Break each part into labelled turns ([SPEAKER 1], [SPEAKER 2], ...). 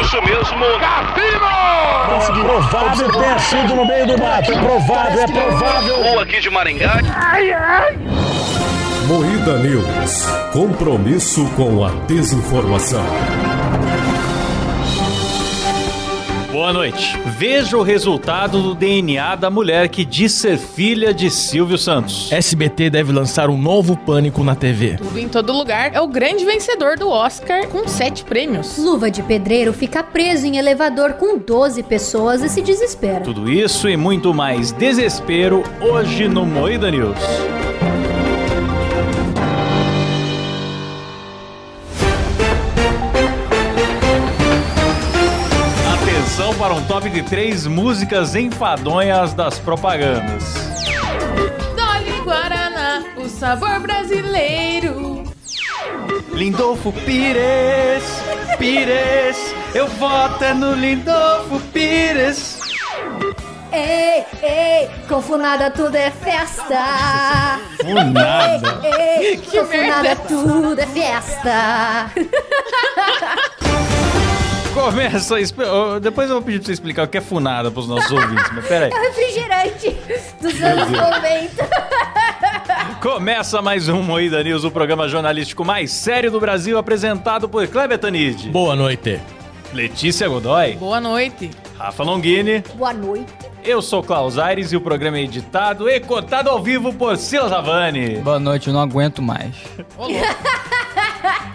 [SPEAKER 1] isso mesmo. Cassino!
[SPEAKER 2] Conseguiu.
[SPEAKER 3] Provável ter sido no meio do mato. É provável, é provável.
[SPEAKER 1] Ou aqui de Maringá.
[SPEAKER 4] Moída News. Compromisso com a desinformação.
[SPEAKER 5] Boa noite. Veja o resultado do DNA da mulher que diz ser filha de Silvio Santos. É
[SPEAKER 6] SBT deve lançar um novo pânico na TV.
[SPEAKER 7] Tudo em todo lugar é o grande vencedor do Oscar com sete prêmios.
[SPEAKER 8] Luva de pedreiro fica preso em elevador com 12 pessoas e se desespera.
[SPEAKER 5] Tudo isso e muito mais desespero hoje no Moída News. Atenção para um top de três músicas enfadonhas das propagandas.
[SPEAKER 7] Dolly Guaraná, o sabor brasileiro.
[SPEAKER 5] Lindolfo Pires, Pires, eu voto é no Lindolfo Pires.
[SPEAKER 8] Ei, ei, com funada tudo é festa.
[SPEAKER 5] Funada.
[SPEAKER 8] Ei,
[SPEAKER 7] Que
[SPEAKER 8] com funada
[SPEAKER 7] merda.
[SPEAKER 8] tudo é festa.
[SPEAKER 5] Começa. a espe- oh, Depois eu vou pedir pra você explicar o que é funada pros nossos ouvintes, mas peraí.
[SPEAKER 8] É Refrigerante dos anos 90.
[SPEAKER 5] Começa mais um Moída News, o programa jornalístico mais sério do Brasil, apresentado por Kleber Tanid,
[SPEAKER 6] Boa noite.
[SPEAKER 5] Letícia Godoy,
[SPEAKER 7] Boa noite.
[SPEAKER 5] Rafa Longini,
[SPEAKER 8] Boa noite.
[SPEAKER 5] eu sou Klaus Aires e o programa é editado e cotado ao vivo por Silas Havani.
[SPEAKER 9] Boa noite, eu não aguento mais.
[SPEAKER 7] Ô, louco,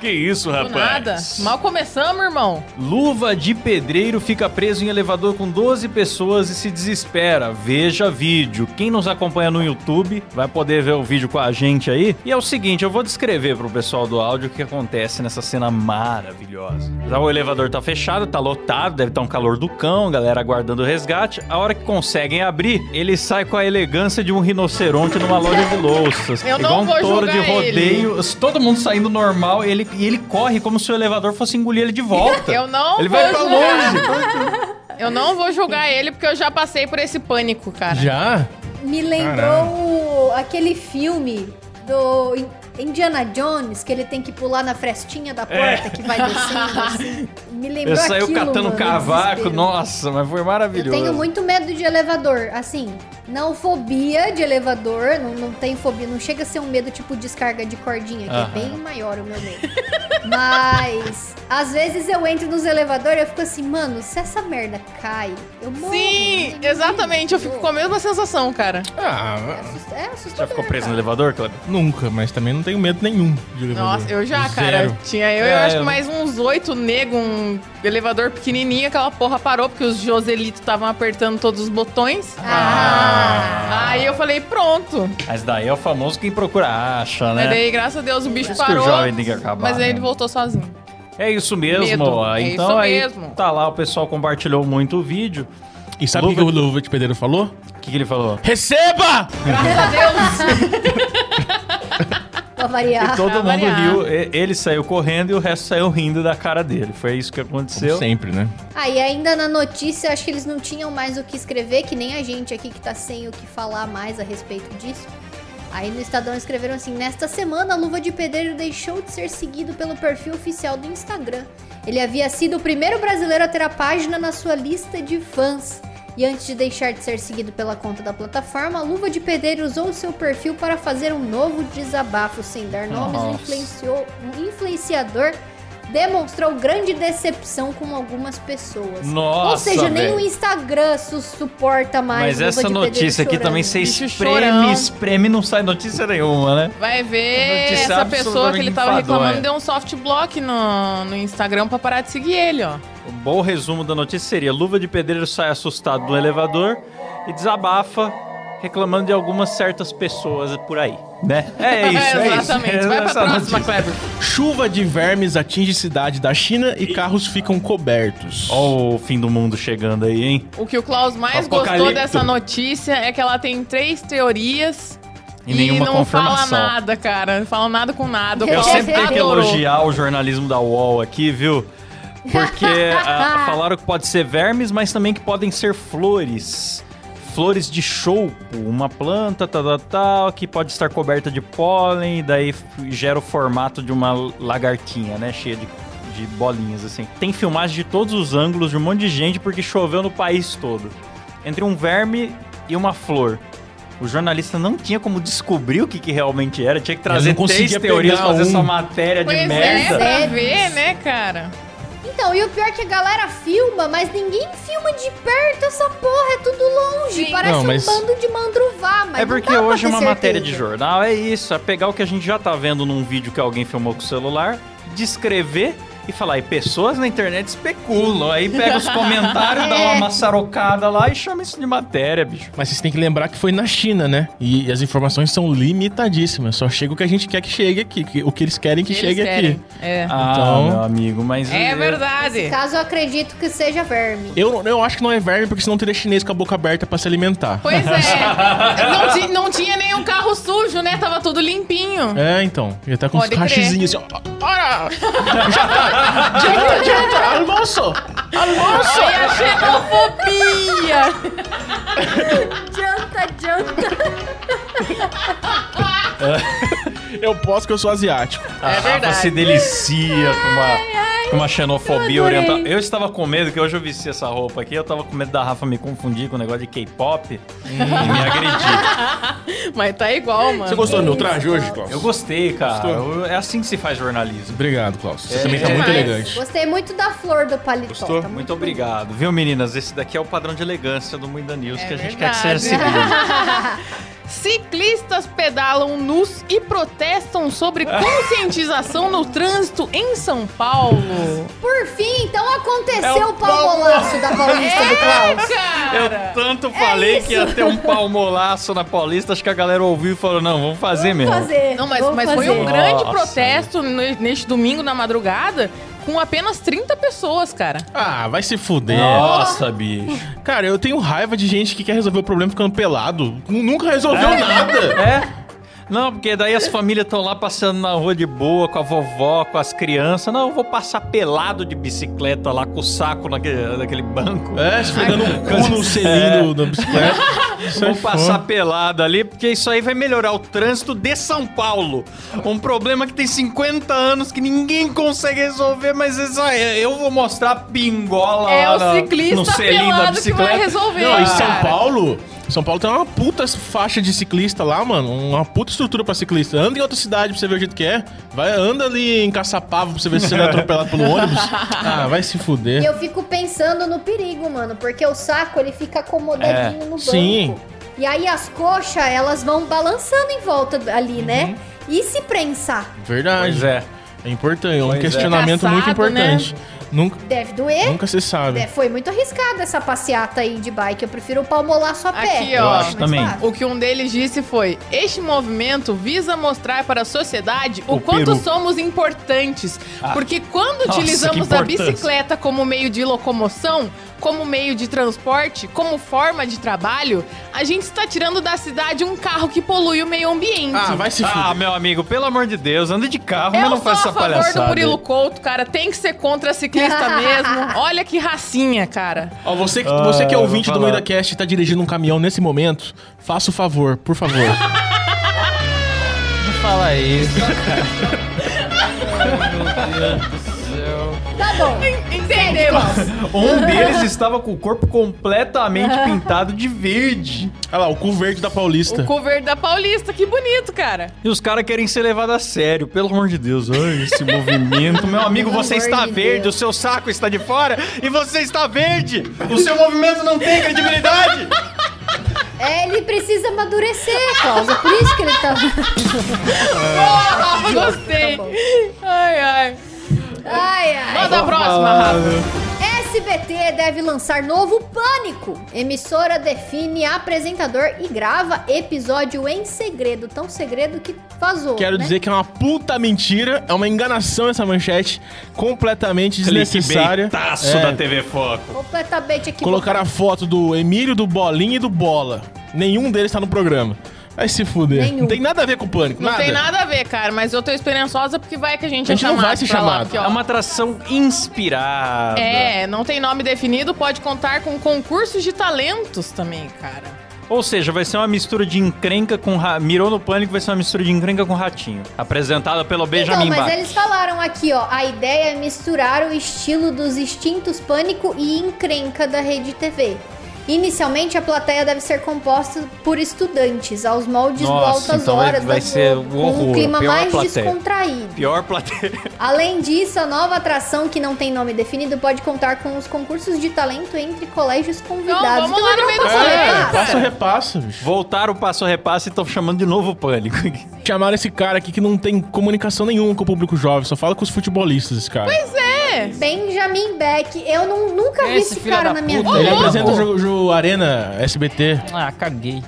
[SPEAKER 5] Que isso,
[SPEAKER 7] do nada.
[SPEAKER 5] rapaz?
[SPEAKER 7] Mal começamos, irmão.
[SPEAKER 5] Luva de pedreiro fica preso em elevador com 12 pessoas e se desespera. Veja vídeo. Quem nos acompanha no YouTube vai poder ver o vídeo com a gente aí. E é o seguinte, eu vou descrever pro pessoal do áudio o que acontece nessa cena maravilhosa. Já O elevador tá fechado, tá lotado, deve estar um calor do cão, galera aguardando o resgate. A hora que conseguem abrir, ele sai com a elegância de um rinoceronte numa loja de louças.
[SPEAKER 7] Eu não
[SPEAKER 5] Igual um
[SPEAKER 7] vou
[SPEAKER 5] touro de
[SPEAKER 7] julgar ele.
[SPEAKER 5] rodeio, todo mundo saindo normal, ele, e ele corre como se o elevador fosse engolir ele de volta.
[SPEAKER 7] Eu não
[SPEAKER 5] Ele
[SPEAKER 7] vou
[SPEAKER 5] vai pra
[SPEAKER 7] julgar.
[SPEAKER 5] longe.
[SPEAKER 7] Eu não vou julgar ele porque eu já passei por esse pânico, cara.
[SPEAKER 6] Já?
[SPEAKER 8] Me lembrou o- aquele filme do In- Indiana Jones, que ele tem que pular na frestinha da porta
[SPEAKER 5] É.
[SPEAKER 8] que vai descendo. Assim. Me lembrou
[SPEAKER 5] Ele saiu
[SPEAKER 8] aquilo,
[SPEAKER 5] catando
[SPEAKER 8] mano,
[SPEAKER 5] cavaco.
[SPEAKER 8] desespero.
[SPEAKER 5] Nossa, mas foi
[SPEAKER 8] Eu
[SPEAKER 5] maravilhoso.
[SPEAKER 8] tenho muito medo de elevador, assim, não fobia de elevador, não, não tem fobia, não chega a ser um medo tipo descarga de cordinha, que
[SPEAKER 5] Aham.
[SPEAKER 8] é bem maior o meu medo. Mas, às vezes eu entro nos elevadores e eu fico assim, mano, se essa merda cai, eu morro.
[SPEAKER 7] Sim,
[SPEAKER 8] Não tem
[SPEAKER 7] exatamente. Eu fico com a mesma sensação, cara.
[SPEAKER 8] É
[SPEAKER 6] Ah,
[SPEAKER 8] assust- É
[SPEAKER 5] Já
[SPEAKER 8] assustador.
[SPEAKER 5] ficou preso no
[SPEAKER 8] cara.
[SPEAKER 5] elevador, Kleber?
[SPEAKER 6] nunca, mas também não tenho medo nenhum de elevador.
[SPEAKER 7] Nossa, eu já,
[SPEAKER 6] Zero.
[SPEAKER 7] cara. Tinha eu, eu
[SPEAKER 5] É,
[SPEAKER 7] acho
[SPEAKER 5] eu-
[SPEAKER 7] que mais uns oito negros, um elevador pequenininho, aquela porra parou, porque os Joselito estavam apertando todos os botões.
[SPEAKER 8] Ah.
[SPEAKER 7] Aí eu falei, pronto.
[SPEAKER 5] Mas daí é o famoso quem procura acha,
[SPEAKER 7] Mas
[SPEAKER 5] né?
[SPEAKER 7] daí, graças a Deus, o bicho
[SPEAKER 5] isso que o
[SPEAKER 7] parou.
[SPEAKER 5] jovem tem que acabar,
[SPEAKER 7] mas aí ele
[SPEAKER 5] né?
[SPEAKER 7] voltou sozinho.
[SPEAKER 5] É isso mesmo.
[SPEAKER 7] Medo,
[SPEAKER 5] ó.
[SPEAKER 7] é
[SPEAKER 5] então
[SPEAKER 7] isso
[SPEAKER 5] aí
[SPEAKER 7] mesmo.
[SPEAKER 5] tá lá, o pessoal compartilhou muito o vídeo.
[SPEAKER 6] E sabe o que, que o Luva de Pedreiro falou?
[SPEAKER 5] O que, que ele falou?
[SPEAKER 6] Receba!
[SPEAKER 7] Graças a Deus.
[SPEAKER 8] Pra
[SPEAKER 7] Ah,
[SPEAKER 8] variar.
[SPEAKER 5] Todo mundo
[SPEAKER 7] variar.
[SPEAKER 5] riu, e- ele saiu correndo e o resto saiu rindo da cara dele. Foi isso que aconteceu.
[SPEAKER 6] Sempre, né?
[SPEAKER 8] Aí Ah, ainda na notícia, acho que eles não tinham mais o que escrever, que nem a gente aqui que tá sem o que falar mais a respeito disso. Aí no Estadão escreveram assim: Nesta semana, a luva de pedreiro deixou de ser seguido pelo perfil oficial do Instagram. Ele havia sido o primeiro brasileiro a ter a página na sua lista de fãs. E antes de deixar de ser seguido pela conta da plataforma, a luva de pedreiro usou o seu perfil para fazer um novo desabafo sem dar nomes. O
[SPEAKER 5] Nossa.
[SPEAKER 8] influenciou- o influenciador demonstrou grande decepção com algumas pessoas.
[SPEAKER 5] Nossa,
[SPEAKER 8] Ou seja, nem
[SPEAKER 5] velho.
[SPEAKER 8] o Instagram su- suporta mais.
[SPEAKER 5] Mas
[SPEAKER 8] luva
[SPEAKER 5] essa
[SPEAKER 8] de pedreiro
[SPEAKER 5] notícia aqui
[SPEAKER 8] chorando.
[SPEAKER 5] também você
[SPEAKER 7] Bicho
[SPEAKER 5] espreme,
[SPEAKER 7] chorão.
[SPEAKER 5] espreme e não sai notícia nenhuma, né?
[SPEAKER 7] Vai ver
[SPEAKER 5] Notícia
[SPEAKER 7] essa pessoa que
[SPEAKER 5] absolutamente
[SPEAKER 7] ele tava
[SPEAKER 5] enfadonha.
[SPEAKER 7] reclamando deu um soft block no, no Instagram pra parar de seguir ele, ó.
[SPEAKER 5] Um bom resumo da notícia seria: Luva de Pedreiro sai assustado do elevador e desabafa, reclamando de algumas certas pessoas por aí, né? É isso, é, isso.
[SPEAKER 7] Exatamente. Vai pra
[SPEAKER 5] Essa
[SPEAKER 7] próxima,
[SPEAKER 5] notícia.
[SPEAKER 7] Kleber.
[SPEAKER 6] Chuva de vermes atinge cidade da China e carros ficam cobertos.
[SPEAKER 5] Ó, o fim do mundo chegando aí, hein?
[SPEAKER 7] O que o Klaus mais
[SPEAKER 5] Apocalipto.
[SPEAKER 7] gostou dessa notícia é que ela tem três teorias
[SPEAKER 5] E nenhuma
[SPEAKER 7] não
[SPEAKER 5] confirmação.
[SPEAKER 7] fala nada, cara. Não fala nada com nada. O
[SPEAKER 5] Eu
[SPEAKER 7] Klaus
[SPEAKER 5] sempre tenho que
[SPEAKER 7] adorou.
[SPEAKER 5] elogiar o jornalismo da UOL aqui, viu? Porque ah, falaram que pode ser vermes, mas também que podem ser flores. Flores de choupo, uma planta, tal, tal, tal, que pode estar coberta de pólen, e daí f- gera o formato de uma lagartinha, né? Cheia de, de de bolinhas, assim. Tem filmagem de todos os ângulos, de um monte de gente, porque choveu no país todo. Entre um verme e uma flor. O jornalista não tinha como descobrir o que, que realmente era, tinha que trazer
[SPEAKER 6] não
[SPEAKER 5] três
[SPEAKER 6] conseguia
[SPEAKER 5] teorias,
[SPEAKER 6] pegar
[SPEAKER 5] fazer
[SPEAKER 6] um.
[SPEAKER 5] essa matéria de
[SPEAKER 7] Pois é,
[SPEAKER 5] merda.
[SPEAKER 7] pra ver, né, cara?
[SPEAKER 8] Então, e o pior é que a galera filma, mas ninguém filma de perto essa porra, é tudo longe.
[SPEAKER 7] Sim.
[SPEAKER 8] Parece
[SPEAKER 6] Não, mas-
[SPEAKER 8] um bando de mandruvá, mas
[SPEAKER 5] É
[SPEAKER 8] não
[SPEAKER 5] porque
[SPEAKER 8] dá pra
[SPEAKER 5] hoje
[SPEAKER 8] ter
[SPEAKER 5] uma matéria de
[SPEAKER 8] certeza.
[SPEAKER 5] jornal é isso, é pegar o que a gente já tá vendo num vídeo que alguém filmou com o celular, descrever e falar, e pessoas na internet especulam, aí pega os comentários, dá uma
[SPEAKER 8] É.
[SPEAKER 5] maçarocada lá e chama isso de matéria, bicho.
[SPEAKER 6] Mas vocês têm que lembrar que foi na China, né? E, as informações são limitadíssimas. Só chega o que a gente quer que chegue aqui, que- o que eles querem que
[SPEAKER 7] Eles
[SPEAKER 6] chegue
[SPEAKER 7] querem.
[SPEAKER 6] aqui.
[SPEAKER 7] É.
[SPEAKER 5] Ah,
[SPEAKER 6] Então-
[SPEAKER 5] meu amigo, mas...
[SPEAKER 7] é
[SPEAKER 5] eu-
[SPEAKER 7] verdade.
[SPEAKER 8] Caso eu acredito que seja verme.
[SPEAKER 6] Eu, eu acho que não é verme, porque senão teria chinês com a boca aberta pra se alimentar.
[SPEAKER 7] Pois é. não, ti- não tinha nenhum carro sujo, né? Tava tudo limpinho.
[SPEAKER 6] É, então. Já tá com uns
[SPEAKER 7] Pode crer.
[SPEAKER 6] rachizinhos assim, ó. Ora! Janta, janta, almoço! Almoço!
[SPEAKER 7] Olha a xenofobia!
[SPEAKER 8] Adianta, adianta.
[SPEAKER 6] Eu posso que eu sou asiático.
[SPEAKER 5] A Rafa
[SPEAKER 7] verdade.
[SPEAKER 5] se delicia com uma, com uma xenofobia
[SPEAKER 8] eu adorei.
[SPEAKER 5] oriental. Eu estava com medo, que hoje eu vesti essa roupa aqui, eu estava com medo da Rafa me confundir com o negócio de K-pop e me agredir.
[SPEAKER 7] Mas tá igual, mano.
[SPEAKER 6] Você gostou do meu traje hoje, Klaus?
[SPEAKER 5] Eu gostei, cara.
[SPEAKER 6] Gostou?
[SPEAKER 5] Eu- é assim que se faz jornalismo.
[SPEAKER 6] Obrigado, Klaus. Você
[SPEAKER 5] É,
[SPEAKER 6] também tá
[SPEAKER 5] é
[SPEAKER 6] muito
[SPEAKER 7] demais.
[SPEAKER 6] elegante.
[SPEAKER 8] Gostei muito da flor do paletó.
[SPEAKER 6] Gostou?
[SPEAKER 8] tá muito
[SPEAKER 5] Muito obrigado. Viu, meninas? Esse daqui é o padrão de elegância do Muita News
[SPEAKER 7] É
[SPEAKER 5] que a gente quer que
[SPEAKER 7] verdade.
[SPEAKER 5] seja seguido.
[SPEAKER 7] Ciclistas pedalam nus e protestam sobre conscientização no trânsito em São Paulo.
[SPEAKER 8] Por fim, então aconteceu
[SPEAKER 5] É o
[SPEAKER 8] o palmolaço da Paulista do Klaus.
[SPEAKER 5] Eu tanto falei que ia ter um palmolaço na Paulista, acho que a galera ouviu e falou: não, vamos fazer mesmo.
[SPEAKER 8] Fazer.
[SPEAKER 7] Não, mas,
[SPEAKER 8] vamos
[SPEAKER 7] mas foi
[SPEAKER 8] fazer.
[SPEAKER 7] um grande
[SPEAKER 5] Nossa.
[SPEAKER 7] protesto ne- neste domingo na madrugada com apenas 30 pessoas, cara.
[SPEAKER 6] Ah, vai se fuder.
[SPEAKER 5] Nossa, bicho.
[SPEAKER 6] Cara, eu tenho raiva de gente que quer resolver o problema ficando pelado. N- Nunca resolveu nada.
[SPEAKER 5] É? Não, porque daí as famílias estão lá passando na rua de boa, com a vovó, com as crianças. Não, eu vou passar pelado de bicicleta lá com o saco naquele, naquele banco.
[SPEAKER 6] É, esfregando o cu no
[SPEAKER 5] É.
[SPEAKER 6] selinho da bicicleta. Isso
[SPEAKER 5] Vou
[SPEAKER 6] é
[SPEAKER 5] passar
[SPEAKER 6] foda.
[SPEAKER 5] pelado ali, porque isso aí vai melhorar o trânsito de São Paulo. Um problema que tem 50 anos que ninguém consegue resolver, mas isso aí, eu vou mostrar a pingola
[SPEAKER 7] É
[SPEAKER 5] lá
[SPEAKER 7] o
[SPEAKER 5] na-
[SPEAKER 7] ciclista
[SPEAKER 5] no selinho da
[SPEAKER 7] pelado que vai
[SPEAKER 5] bicicleta.
[SPEAKER 7] resolver.
[SPEAKER 6] Não, e São
[SPEAKER 7] cara.
[SPEAKER 6] Paulo... São Paulo tem uma puta faixa de ciclista lá, mano. Uma puta estrutura pra ciclista. Anda em outra cidade pra você ver o jeito que é. Vai, anda ali em Caçapava pra você ver se você não é atropelado pelo ônibus. Ah, vai se
[SPEAKER 8] E
[SPEAKER 6] fuder.
[SPEAKER 8] eu fico pensando no perigo, mano, porque o saco ele fica acomodadinho no banco.
[SPEAKER 6] sim.
[SPEAKER 8] E aí as coxas, elas vão balançando em volta ali, né? E se prensar?
[SPEAKER 6] Verdade.
[SPEAKER 5] Pois é.
[SPEAKER 6] É importante. É um
[SPEAKER 5] Pois é.
[SPEAKER 6] questionamento
[SPEAKER 7] Caçado,
[SPEAKER 6] muito importante. Nunca,
[SPEAKER 8] Deve doer.
[SPEAKER 6] nunca se sabe.
[SPEAKER 8] né? É, foi muito arriscada essa passeata aí de bike. Eu prefiro palmolar só pé.
[SPEAKER 7] Aqui, ó. Eu acho
[SPEAKER 8] Mais
[SPEAKER 5] também.
[SPEAKER 8] fácil.
[SPEAKER 7] O que um deles disse foi: Este movimento visa mostrar para a sociedade o,
[SPEAKER 5] O
[SPEAKER 7] quanto
[SPEAKER 5] peru.
[SPEAKER 7] somos importantes.
[SPEAKER 5] Ah.
[SPEAKER 7] Porque quando
[SPEAKER 5] Nossa,
[SPEAKER 7] utilizamos
[SPEAKER 5] que
[SPEAKER 7] a
[SPEAKER 5] importância.
[SPEAKER 7] bicicleta como meio de locomoção, como meio de transporte, como forma de trabalho, a gente está tirando da cidade um carro que polui o meio ambiente.
[SPEAKER 6] Ah, vai se fuder.
[SPEAKER 5] Ah, meu amigo, pelo amor de Deus, anda de carro,
[SPEAKER 7] Eu
[SPEAKER 5] mas não
[SPEAKER 7] sou a
[SPEAKER 5] faz essa
[SPEAKER 7] É favor
[SPEAKER 5] palhaçada.
[SPEAKER 7] do Murilo Couto, cara. Tem que ser contra ciclista mesmo. Olha que racinha, cara.
[SPEAKER 6] Ó, você, que- você que é
[SPEAKER 5] Ah,
[SPEAKER 6] ouvinte
[SPEAKER 5] vou
[SPEAKER 6] do
[SPEAKER 5] falar.
[SPEAKER 6] Moída Cast e tá dirigindo um caminhão nesse momento, faça o favor, por favor.
[SPEAKER 5] Fala isso.
[SPEAKER 8] Tá bom.
[SPEAKER 7] Entendemos.
[SPEAKER 5] Um deles estava com o corpo completamente pintado de verde.
[SPEAKER 6] Olha lá, o cu verde da Paulista.
[SPEAKER 7] O cover da Paulista, que bonito, cara.
[SPEAKER 5] E os caras querem ser levados a sério, pelo amor de Deus. Ai, esse movimento. Meu amigo,
[SPEAKER 8] Pelo
[SPEAKER 5] você
[SPEAKER 8] amor
[SPEAKER 5] está
[SPEAKER 8] de
[SPEAKER 5] verde,
[SPEAKER 8] Deus.
[SPEAKER 5] o seu saco está de fora e você está verde. O seu movimento não tem credibilidade.
[SPEAKER 8] É, ele precisa amadurecer, Klaus. É por isso que ele tá.
[SPEAKER 7] Rafa, gostei.
[SPEAKER 8] Tá bom.
[SPEAKER 7] ai, ai.
[SPEAKER 8] Ai, ai.
[SPEAKER 7] Manda a próxima, Rafa.
[SPEAKER 8] SBT deve lançar novo Pânico. Emissora define apresentador e grava episódio em segredo. Tão segredo que vazou.
[SPEAKER 6] Quero
[SPEAKER 8] né?
[SPEAKER 6] dizer que é uma puta mentira, é uma enganação essa manchete, completamente desnecessária.
[SPEAKER 5] Clickbaitaço
[SPEAKER 6] É,
[SPEAKER 5] é da TV Foco.
[SPEAKER 8] Completamente aqui.
[SPEAKER 6] Colocaram a foto do Emílio, do Bolinha e do Bola. Nenhum deles tá no programa. Vai se fuder.
[SPEAKER 8] Nenhum.
[SPEAKER 6] Não tem nada a ver com o pânico,
[SPEAKER 7] Não
[SPEAKER 6] nada.
[SPEAKER 7] tem nada a ver, cara, mas eu tô esperançosa porque vai que a gente
[SPEAKER 6] A
[SPEAKER 7] é
[SPEAKER 6] gente não
[SPEAKER 7] chamado.
[SPEAKER 6] vai ser
[SPEAKER 7] pra lá,
[SPEAKER 6] chamado.
[SPEAKER 7] porque, ó,
[SPEAKER 5] É uma atração inspirada.
[SPEAKER 7] É, não tem nome definido, pode contar com concursos de talentos também, cara.
[SPEAKER 5] Ou seja, vai ser uma mistura de encrenca com. Ra... Mirou no pânico, vai ser uma mistura de encrenca com ratinho. Apresentada pelo Benjamin
[SPEAKER 8] então, mas
[SPEAKER 5] Bach.
[SPEAKER 8] eles falaram aqui, ó, a ideia é misturar o estilo dos instintos pânico e encrenca da rede TV. Inicialmente, a plateia deve ser composta por estudantes, aos moldes
[SPEAKER 5] Nossa,
[SPEAKER 8] do Altas
[SPEAKER 5] então vai-
[SPEAKER 8] Horas
[SPEAKER 5] vai
[SPEAKER 8] da
[SPEAKER 5] ser
[SPEAKER 8] Globo,
[SPEAKER 5] um
[SPEAKER 8] com um
[SPEAKER 5] horror,
[SPEAKER 8] clima
[SPEAKER 5] pior
[SPEAKER 8] mais
[SPEAKER 5] plateia.
[SPEAKER 8] descontraído.
[SPEAKER 5] Pior plateia.
[SPEAKER 8] Além disso, a nova atração, que não tem nome definido, pode contar com os concursos de talento entre colégios convidados. Então,
[SPEAKER 7] vamos lá no
[SPEAKER 8] não
[SPEAKER 7] meio do
[SPEAKER 8] posso
[SPEAKER 7] rolê,
[SPEAKER 8] falar. Ah,
[SPEAKER 7] cara.
[SPEAKER 6] É, passa o repasso, bicho.
[SPEAKER 5] Voltaram o passo a repasso e estão chamando de novo o pânico.
[SPEAKER 6] Chamaram esse cara aqui que não tem comunicação nenhuma com o público jovem, só fala com os futebolistas, esse cara.
[SPEAKER 7] É.
[SPEAKER 8] Benjamin Beck, eu não- nunca vi
[SPEAKER 2] Esse
[SPEAKER 8] esse
[SPEAKER 2] filho
[SPEAKER 8] cara
[SPEAKER 2] da
[SPEAKER 8] na minha
[SPEAKER 2] puta,
[SPEAKER 8] vida.
[SPEAKER 6] Ele
[SPEAKER 2] Ô, louco!
[SPEAKER 6] apresenta o jogo, jogo Arena SBT.
[SPEAKER 2] Ah, caguei.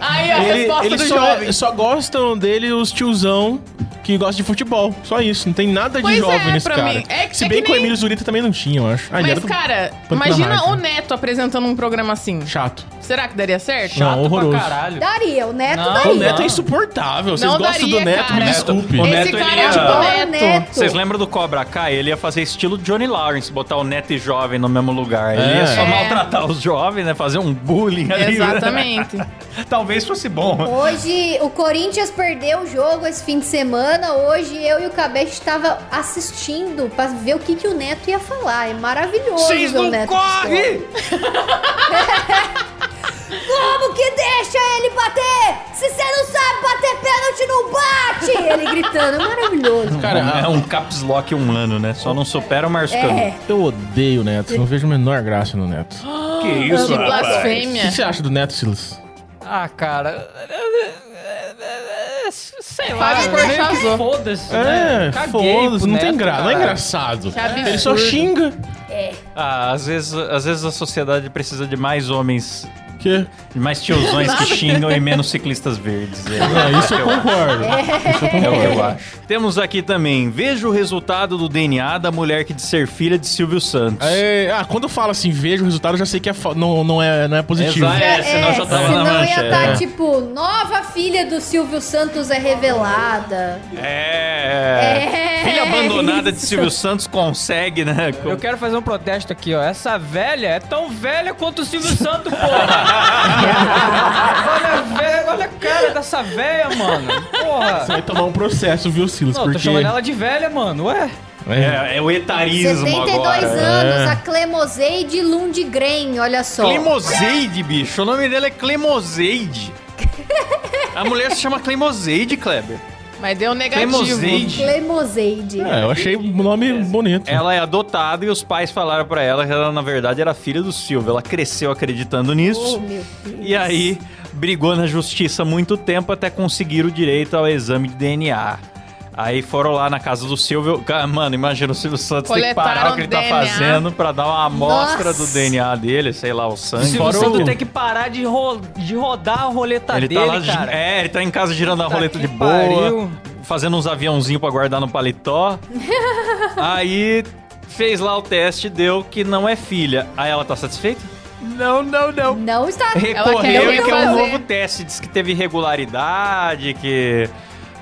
[SPEAKER 7] Aí a resposta do
[SPEAKER 6] só, é-
[SPEAKER 7] jovem.
[SPEAKER 6] só gostam dele os tiozão que gostam de futebol. Só isso. Não tem nada de
[SPEAKER 7] Pois é,
[SPEAKER 6] jovem nesse
[SPEAKER 7] pra
[SPEAKER 6] cara.
[SPEAKER 7] mim. É que-
[SPEAKER 6] Se
[SPEAKER 7] é
[SPEAKER 6] bem
[SPEAKER 7] que
[SPEAKER 6] que, o
[SPEAKER 7] nem-
[SPEAKER 6] Emílio Zurita também não tinha, eu acho. Ah, ele
[SPEAKER 7] Mas,
[SPEAKER 6] era
[SPEAKER 7] cara,
[SPEAKER 6] Pânico na
[SPEAKER 7] imagina
[SPEAKER 6] Rádio.
[SPEAKER 7] o Neto apresentando um programa assim.
[SPEAKER 6] chato.
[SPEAKER 7] Será que daria certo?
[SPEAKER 6] Não, horroroso.
[SPEAKER 2] Pra caralho.
[SPEAKER 8] Daria, o Neto
[SPEAKER 2] Não,
[SPEAKER 8] daria.
[SPEAKER 6] O Neto
[SPEAKER 2] não.
[SPEAKER 6] é insuportável. Vocês
[SPEAKER 7] Não
[SPEAKER 6] gostam
[SPEAKER 7] daria,
[SPEAKER 6] do Neto,
[SPEAKER 7] cara.
[SPEAKER 6] me desculpe.
[SPEAKER 5] O
[SPEAKER 7] Esse
[SPEAKER 5] Neto,
[SPEAKER 7] cara
[SPEAKER 5] ele
[SPEAKER 7] é
[SPEAKER 5] ia-
[SPEAKER 7] tipo
[SPEAKER 8] Adoro
[SPEAKER 7] Neto.
[SPEAKER 8] Neto.
[SPEAKER 5] Vocês lembram do Cobra Kai? Ele ia fazer estilo Johnny Lawrence, botar o neto e jovem no mesmo lugar. Ele
[SPEAKER 6] É.
[SPEAKER 5] ia só
[SPEAKER 6] É.
[SPEAKER 5] maltratar os jovens, né? Fazer um bullying ali. né?
[SPEAKER 7] Exatamente.
[SPEAKER 5] Talvez fosse bom.
[SPEAKER 8] Hoje o Corinthians perdeu o jogo esse fim de semana. Hoje eu e o Cabete estava assistindo pra ver o que, que o Neto ia falar. É maravilhoso.
[SPEAKER 5] Vocês
[SPEAKER 8] ver o
[SPEAKER 5] não
[SPEAKER 8] Neto
[SPEAKER 5] correm!
[SPEAKER 8] Como que deixa ele bater? Se você não sabe bater pênalti, não bate! Ele gritando, é maravilhoso.
[SPEAKER 6] Cara,
[SPEAKER 5] é um caps lock humano, né? Só não supera o Marcano.
[SPEAKER 8] É.
[SPEAKER 6] eu odeio o Neto. Não vejo a menor graça no Neto.
[SPEAKER 5] Que isso,
[SPEAKER 7] Que
[SPEAKER 5] rapaz?
[SPEAKER 6] O
[SPEAKER 7] blasfêmia.
[SPEAKER 6] que você acha do Neto, Silas?
[SPEAKER 2] Ah, cara. Sei lá.
[SPEAKER 7] Faz por Chazô.
[SPEAKER 2] Foda-se.
[SPEAKER 6] É,
[SPEAKER 2] né? Caguei
[SPEAKER 6] foda-se.
[SPEAKER 2] pro
[SPEAKER 6] Não tem
[SPEAKER 2] Neto,
[SPEAKER 6] graça. Não é
[SPEAKER 2] cara.
[SPEAKER 6] engraçado.
[SPEAKER 7] Que absurdo.
[SPEAKER 6] Ele só xinga.
[SPEAKER 5] Ah, às vezes, às vezes a sociedade precisa de mais homens,
[SPEAKER 6] Que?
[SPEAKER 5] de mais tiozões que xingam e menos ciclistas verdes. É.
[SPEAKER 6] É, isso eu concordo.
[SPEAKER 5] É o que eu acho. Temos aqui também, veja o resultado do DNA da mulher que de ser filha de Silvio Santos.
[SPEAKER 6] É, ah, quando fala assim, vejo o resultado, eu já sei que é fa- não, não, é, não é positivo.
[SPEAKER 5] Exato. É, senão já tava na
[SPEAKER 8] senão ia
[SPEAKER 5] manchete,
[SPEAKER 8] estar
[SPEAKER 5] é.
[SPEAKER 8] tipo, nova filha do Silvio Santos é revelada.
[SPEAKER 5] É.
[SPEAKER 8] É,
[SPEAKER 5] Filha abandonada de
[SPEAKER 8] isso.
[SPEAKER 5] Silvio Santos consegue, né?
[SPEAKER 2] Eu quero fazer um protesto aqui, ó. Essa velha é tão velha quanto o Silvio Santo, porra! olha, a velha, olha a cara dessa velha, mano.
[SPEAKER 6] Você
[SPEAKER 2] Porra!
[SPEAKER 6] vai tomar um processo, viu, Silas?
[SPEAKER 2] Não, tô
[SPEAKER 6] porque.
[SPEAKER 2] chamando ela de velha, mano. Ué?
[SPEAKER 6] É.
[SPEAKER 5] É, é o etarismo
[SPEAKER 8] 72
[SPEAKER 5] agora. É.
[SPEAKER 8] anos, a Clemoseide Lundgren, olha só.
[SPEAKER 5] Clemoseide, bicho. O nome dela é Clemoseide. A mulher se chama Clemoseide, Kleber.
[SPEAKER 7] Mas deu negativo.
[SPEAKER 5] Clemoseide.
[SPEAKER 8] Clemoseide.
[SPEAKER 6] É, eu achei o nome bonito.
[SPEAKER 5] Ela é adotada e os pais falaram pra ela que ela, na verdade, era filha do Silvio. Ela cresceu acreditando
[SPEAKER 8] Oh,
[SPEAKER 5] nisso.
[SPEAKER 8] meu Deus.
[SPEAKER 5] E aí, brigou na justiça há muito tempo até conseguir o direito ao exame de DNA. Aí foram lá na casa do Silvio. Cara, Mano, imagina o Silvio Santos tem que parar o que ele tá
[SPEAKER 7] Coletaram
[SPEAKER 5] fazendo pra dar uma amostra
[SPEAKER 8] Nossa.
[SPEAKER 5] do DNA dele, sei lá, o
[SPEAKER 2] O
[SPEAKER 5] sangue.
[SPEAKER 2] Silvio
[SPEAKER 6] Fora o-
[SPEAKER 2] Santo tem que parar de, ro- de rodar a roleta
[SPEAKER 5] Ele
[SPEAKER 2] dele,
[SPEAKER 5] tá lá, gi-
[SPEAKER 2] cara.
[SPEAKER 5] é, ele tá em casa girando a
[SPEAKER 2] Puta
[SPEAKER 5] roleta de
[SPEAKER 2] que
[SPEAKER 5] boa,
[SPEAKER 2] pariu.
[SPEAKER 5] fazendo uns aviãozinhos pra guardar no paletó. Aí fez lá o teste, deu que não é filha. Aí ela tá satisfeita? Não, não, não.
[SPEAKER 8] Não está.
[SPEAKER 5] Recorreu
[SPEAKER 7] quer
[SPEAKER 5] e que é um
[SPEAKER 7] fazer.
[SPEAKER 5] novo teste, diz que teve irregularidade, que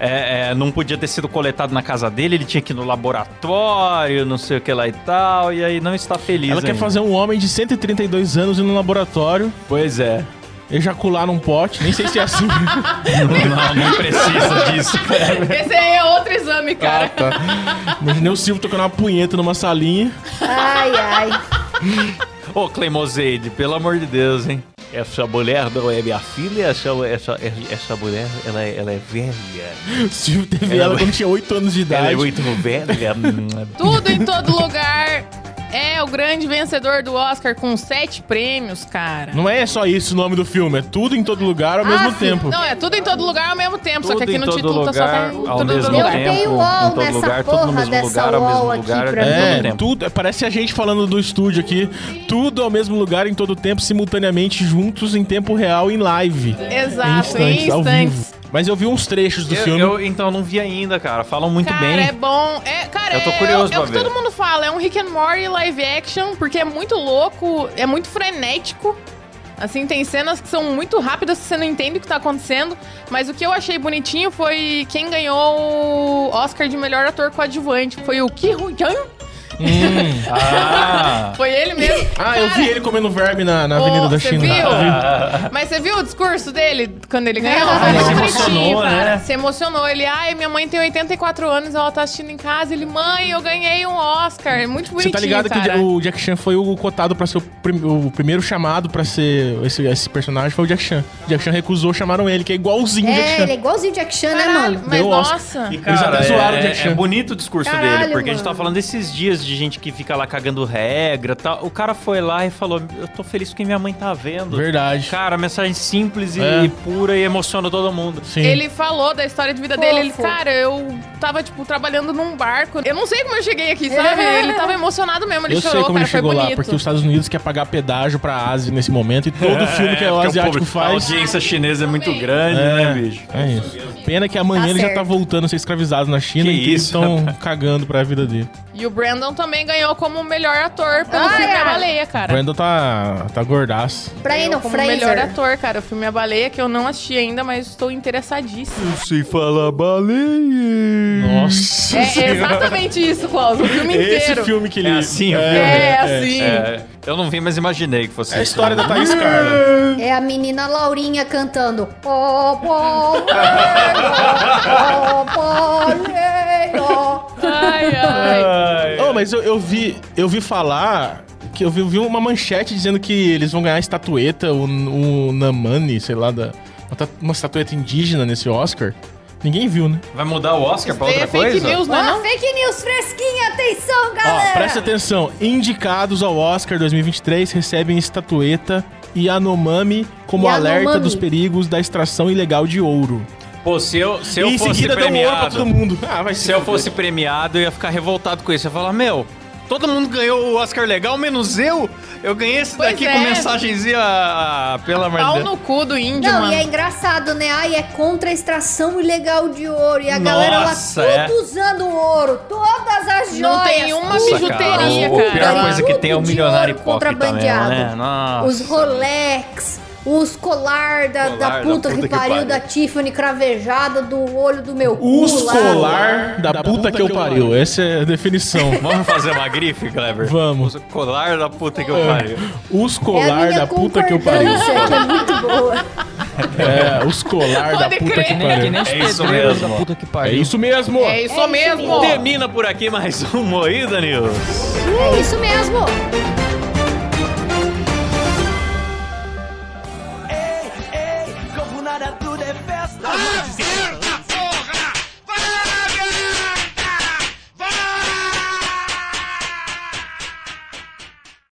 [SPEAKER 5] é, é, não podia ter sido coletado na casa dele, ele tinha que ir no laboratório, não sei o que lá e tal, e aí não está feliz.
[SPEAKER 6] Ela quer
[SPEAKER 5] ainda.
[SPEAKER 6] fazer um homem de 132 anos ir no laboratório,
[SPEAKER 5] Pois é.
[SPEAKER 6] ejacular num pote. Nem sei se é assim.
[SPEAKER 5] Não, não precisa disso.
[SPEAKER 6] né?
[SPEAKER 7] Esse aí é outro exame, cara.
[SPEAKER 6] Imaginei o Silvio tocando uma punheta numa salinha.
[SPEAKER 8] Ai, ai.
[SPEAKER 5] Ô, Clemoseide, pelo amor de Deus, hein? Essa mulher não é minha filha, essa, essa, essa mulher, ela, é- ela é velha.
[SPEAKER 6] O Silvio teve ela quando tinha 8 anos de
[SPEAKER 5] é Ela é
[SPEAKER 6] idade.
[SPEAKER 5] muito velha. hum,
[SPEAKER 7] Tudo em todo lugar. É o grande vencedor do Oscar com sete prêmios, cara.
[SPEAKER 6] Não é só isso o nome do filme, é tudo em todo lugar ao
[SPEAKER 7] Ah,
[SPEAKER 6] mesmo
[SPEAKER 7] sim.
[SPEAKER 6] tempo.
[SPEAKER 7] Não, é tudo em todo lugar ao mesmo tempo. só que
[SPEAKER 5] Tudo
[SPEAKER 7] aqui
[SPEAKER 5] em
[SPEAKER 7] no
[SPEAKER 5] todo
[SPEAKER 7] título
[SPEAKER 5] lugar,
[SPEAKER 7] tá só
[SPEAKER 5] ao
[SPEAKER 7] tudo em todo
[SPEAKER 5] mesmo
[SPEAKER 8] Eu
[SPEAKER 7] lugar.
[SPEAKER 5] tempo.
[SPEAKER 8] tenho
[SPEAKER 5] em
[SPEAKER 8] UOL
[SPEAKER 5] todo
[SPEAKER 8] nessa
[SPEAKER 5] lugar,
[SPEAKER 8] porra
[SPEAKER 5] tudo no mesmo
[SPEAKER 8] dessa
[SPEAKER 5] lugar, ao
[SPEAKER 8] UOL
[SPEAKER 5] mesmo
[SPEAKER 8] aqui
[SPEAKER 5] lugar,
[SPEAKER 8] pra
[SPEAKER 5] ao
[SPEAKER 8] mim.
[SPEAKER 5] mesmo
[SPEAKER 6] É,
[SPEAKER 5] tempo.
[SPEAKER 6] tudo, é, parece a gente falando do estúdio aqui. Tudo ao mesmo lugar, em todo tempo, simultaneamente, juntos, em tempo real, em live.
[SPEAKER 7] Exato,
[SPEAKER 6] Em instantes,
[SPEAKER 7] em
[SPEAKER 6] ao
[SPEAKER 7] instantes.
[SPEAKER 6] vivo. Mas eu vi uns trechos do
[SPEAKER 5] Eu,
[SPEAKER 6] filme.
[SPEAKER 5] eu, então, não vi ainda, cara. Falam muito
[SPEAKER 7] Cara,
[SPEAKER 5] bem.
[SPEAKER 7] é bom. É, cara,
[SPEAKER 5] Eu tô
[SPEAKER 7] é-
[SPEAKER 5] curioso
[SPEAKER 7] é, o- é o
[SPEAKER 5] pra
[SPEAKER 7] que
[SPEAKER 5] ver.
[SPEAKER 7] todo mundo fala. É um Rick and Morty live action, porque é muito louco, é muito frenético. Assim, tem cenas que são muito rápidas, que você não entende o que tá acontecendo. Mas o que eu achei bonitinho foi quem ganhou o Oscar de melhor ator coadjuvante. Foi o Ki Hu Yang.
[SPEAKER 5] Ah!
[SPEAKER 7] Foi ele mesmo.
[SPEAKER 6] Ah, eu
[SPEAKER 7] Cara,
[SPEAKER 6] vi ele comendo verme na, na
[SPEAKER 7] ô,
[SPEAKER 6] Avenida da
[SPEAKER 7] você
[SPEAKER 6] China.
[SPEAKER 7] viu? Ah. Mas você viu o discurso dele quando ele ganhou? Ele
[SPEAKER 5] se emocionou, né?
[SPEAKER 7] Se emocionou. Ele, ai, minha mãe tem 84 anos, ela tá assistindo em casa. Ele, mãe, eu ganhei um Oscar. É Muito
[SPEAKER 6] Você
[SPEAKER 7] bonitinho,
[SPEAKER 6] tá ligado que o
[SPEAKER 7] cara.
[SPEAKER 6] Ja- o Jack Chan foi o cotado pra ser o, prim- o primeiro chamado pra ser esse, esse personagem foi o Jack Chan. O Jack Chan recusou, chamaram ele, que é igualzinho o Jack
[SPEAKER 8] É,
[SPEAKER 6] Chan.
[SPEAKER 8] ele é igualzinho o Jack Chan, né,
[SPEAKER 7] Caralho,
[SPEAKER 8] mano?
[SPEAKER 7] mas
[SPEAKER 6] Deu Oscar.
[SPEAKER 7] nossa.
[SPEAKER 5] E,
[SPEAKER 6] Eles
[SPEAKER 5] cara,
[SPEAKER 6] até zoaram o
[SPEAKER 5] é,
[SPEAKER 6] Jack Chan.
[SPEAKER 5] é bonito o discurso
[SPEAKER 8] Caralho,
[SPEAKER 5] dele, porque a gente tá
[SPEAKER 8] mano.
[SPEAKER 5] falando esses dias de gente que fica lá cagando regra tal. O cara foi lá e falou: Eu tô feliz porque minha mãe tá
[SPEAKER 7] é
[SPEAKER 5] vendo.
[SPEAKER 6] Verdade.
[SPEAKER 5] Cara, mensagem simples e,
[SPEAKER 6] É.
[SPEAKER 5] e pura e emociona todo mundo.
[SPEAKER 6] Sim.
[SPEAKER 7] Ele falou da história de vida
[SPEAKER 8] Fofo.
[SPEAKER 7] dele. Ele, cara, eu tava, tipo, trabalhando num barco. Eu não sei como eu cheguei aqui, sabe?
[SPEAKER 8] É.
[SPEAKER 7] Ele tava emocionado mesmo, ele
[SPEAKER 6] eu sei
[SPEAKER 7] chorou,
[SPEAKER 6] como
[SPEAKER 7] cara,
[SPEAKER 6] ele chegou
[SPEAKER 7] foi
[SPEAKER 6] lá,
[SPEAKER 7] bonito.
[SPEAKER 6] porque os Estados Unidos quer pagar pedágio pra Ásia nesse momento e todo filme que
[SPEAKER 5] É,
[SPEAKER 6] o
[SPEAKER 5] porque
[SPEAKER 6] asiático
[SPEAKER 5] público- A
[SPEAKER 6] faz.
[SPEAKER 5] audiência chinesa é muito
[SPEAKER 7] Também.
[SPEAKER 5] grande, né, bicho?
[SPEAKER 6] É isso. Pena que amanhã
[SPEAKER 8] Tá
[SPEAKER 6] ele já
[SPEAKER 8] certo.
[SPEAKER 6] tá voltando a ser escravizado na China
[SPEAKER 5] Que
[SPEAKER 6] e que eles
[SPEAKER 5] isso,
[SPEAKER 6] estão cagando pra vida dele.
[SPEAKER 7] E o Brandon também ganhou como melhor ator pelo
[SPEAKER 8] Olha!
[SPEAKER 7] filme A Baleia, cara.
[SPEAKER 6] Brandon tá, tá gordaço.
[SPEAKER 8] Pra ele,
[SPEAKER 7] Ganhou
[SPEAKER 8] não,
[SPEAKER 7] como
[SPEAKER 8] Fraser.
[SPEAKER 7] melhor ator, cara. O filme A Baleia, que eu não assisti ainda, mas estou interessadíssimo.
[SPEAKER 5] Sem falar baleia.
[SPEAKER 6] Nossa.
[SPEAKER 7] É exatamente isso, Cláudio. O filme
[SPEAKER 6] Esse
[SPEAKER 7] inteiro.
[SPEAKER 6] filme que ele.
[SPEAKER 5] É assim, ó.
[SPEAKER 7] É, assim.
[SPEAKER 5] É, eu não vi, mas imaginei que fosse Ah,
[SPEAKER 6] É a
[SPEAKER 5] isso.
[SPEAKER 6] história da Thaís Carla.
[SPEAKER 8] É a menina Laurinha cantando. Pó, pó, leiro, pó, pó, leiro.
[SPEAKER 7] Ai, ai.
[SPEAKER 5] Ai.
[SPEAKER 6] Oh, mas eu, eu vi, eu vi falar que eu vi, vi uma manchete dizendo que eles vão ganhar a estatueta, o, o Namani, sei lá, da, uma, ta- uma estatueta indígena nesse Oscar. Ninguém viu, né?
[SPEAKER 5] Vai mudar o Oscar pra
[SPEAKER 7] Isso aí
[SPEAKER 5] outra
[SPEAKER 7] é fake
[SPEAKER 5] coisa?
[SPEAKER 7] news, não é
[SPEAKER 8] Ó,
[SPEAKER 7] não?
[SPEAKER 8] fake news fresquinha, atenção,
[SPEAKER 6] Ó, presta
[SPEAKER 8] galera.
[SPEAKER 6] atenção. Indicados ao Oscar 2023 recebem estatueta Yanomami como
[SPEAKER 8] Yanomami.
[SPEAKER 6] alerta dos perigos da extração ilegal de ouro.
[SPEAKER 5] Pô, se eu, se eu
[SPEAKER 6] e em
[SPEAKER 5] fosse
[SPEAKER 6] seguida deu ouro pra
[SPEAKER 5] premiado...
[SPEAKER 6] todo mundo. Ah, vai
[SPEAKER 5] Se eu fosse premiado, eu ia ficar revoltado com isso. Eu ia falar, meu, todo mundo ganhou o Oscar legal, menos eu? Eu ganhei esse
[SPEAKER 7] Pois
[SPEAKER 5] daqui
[SPEAKER 7] é.
[SPEAKER 5] com mensagenzinha... ah, Pelo amor de
[SPEAKER 7] Pau
[SPEAKER 5] Deus.
[SPEAKER 7] no cu do índio,
[SPEAKER 8] Não,
[SPEAKER 7] mano.
[SPEAKER 8] e é engraçado, né? Ai, é contra a extração ilegal de ouro. E a galera lá
[SPEAKER 5] Nossa, é.
[SPEAKER 8] tudo usando ouro. Todas as joias.
[SPEAKER 7] Não tem uma
[SPEAKER 8] tudo.
[SPEAKER 5] Nossa,
[SPEAKER 7] bijuteria,
[SPEAKER 5] o-
[SPEAKER 7] cara.
[SPEAKER 5] A pior coisa que
[SPEAKER 8] Tudo
[SPEAKER 5] tem é o
[SPEAKER 8] de
[SPEAKER 5] milionário
[SPEAKER 8] ouro
[SPEAKER 5] hipócrita mesmo,
[SPEAKER 8] contrabandeado.
[SPEAKER 5] né? Nossa.
[SPEAKER 8] Os Rolex, os colar da,
[SPEAKER 5] Colar
[SPEAKER 8] da
[SPEAKER 5] da
[SPEAKER 8] puta, que, pariu, da Tiffany cravejada, do olho do meu cu
[SPEAKER 6] Os
[SPEAKER 8] lá.
[SPEAKER 6] colar da, puta, que eu pariu. Essa é a definição.
[SPEAKER 5] Vamos fazer uma grife, Kleber?
[SPEAKER 6] Vamos.
[SPEAKER 5] O colar da puta que eu pariu.
[SPEAKER 6] Os
[SPEAKER 8] É a
[SPEAKER 6] colar
[SPEAKER 8] minha
[SPEAKER 6] da puta que eu pariu.
[SPEAKER 8] concordância, que é muito boa.
[SPEAKER 6] É, os colar da
[SPEAKER 7] Pode
[SPEAKER 6] puta
[SPEAKER 7] crer.
[SPEAKER 6] que
[SPEAKER 2] É que
[SPEAKER 6] pariu.
[SPEAKER 2] nem os
[SPEAKER 5] É isso
[SPEAKER 2] pedreiros da
[SPEAKER 5] mesmo.
[SPEAKER 2] puta que
[SPEAKER 6] É
[SPEAKER 2] pariu.
[SPEAKER 6] isso mesmo.
[SPEAKER 7] É isso mesmo.
[SPEAKER 5] Termina por aqui mais um Moída News.
[SPEAKER 8] É isso mesmo.
[SPEAKER 5] É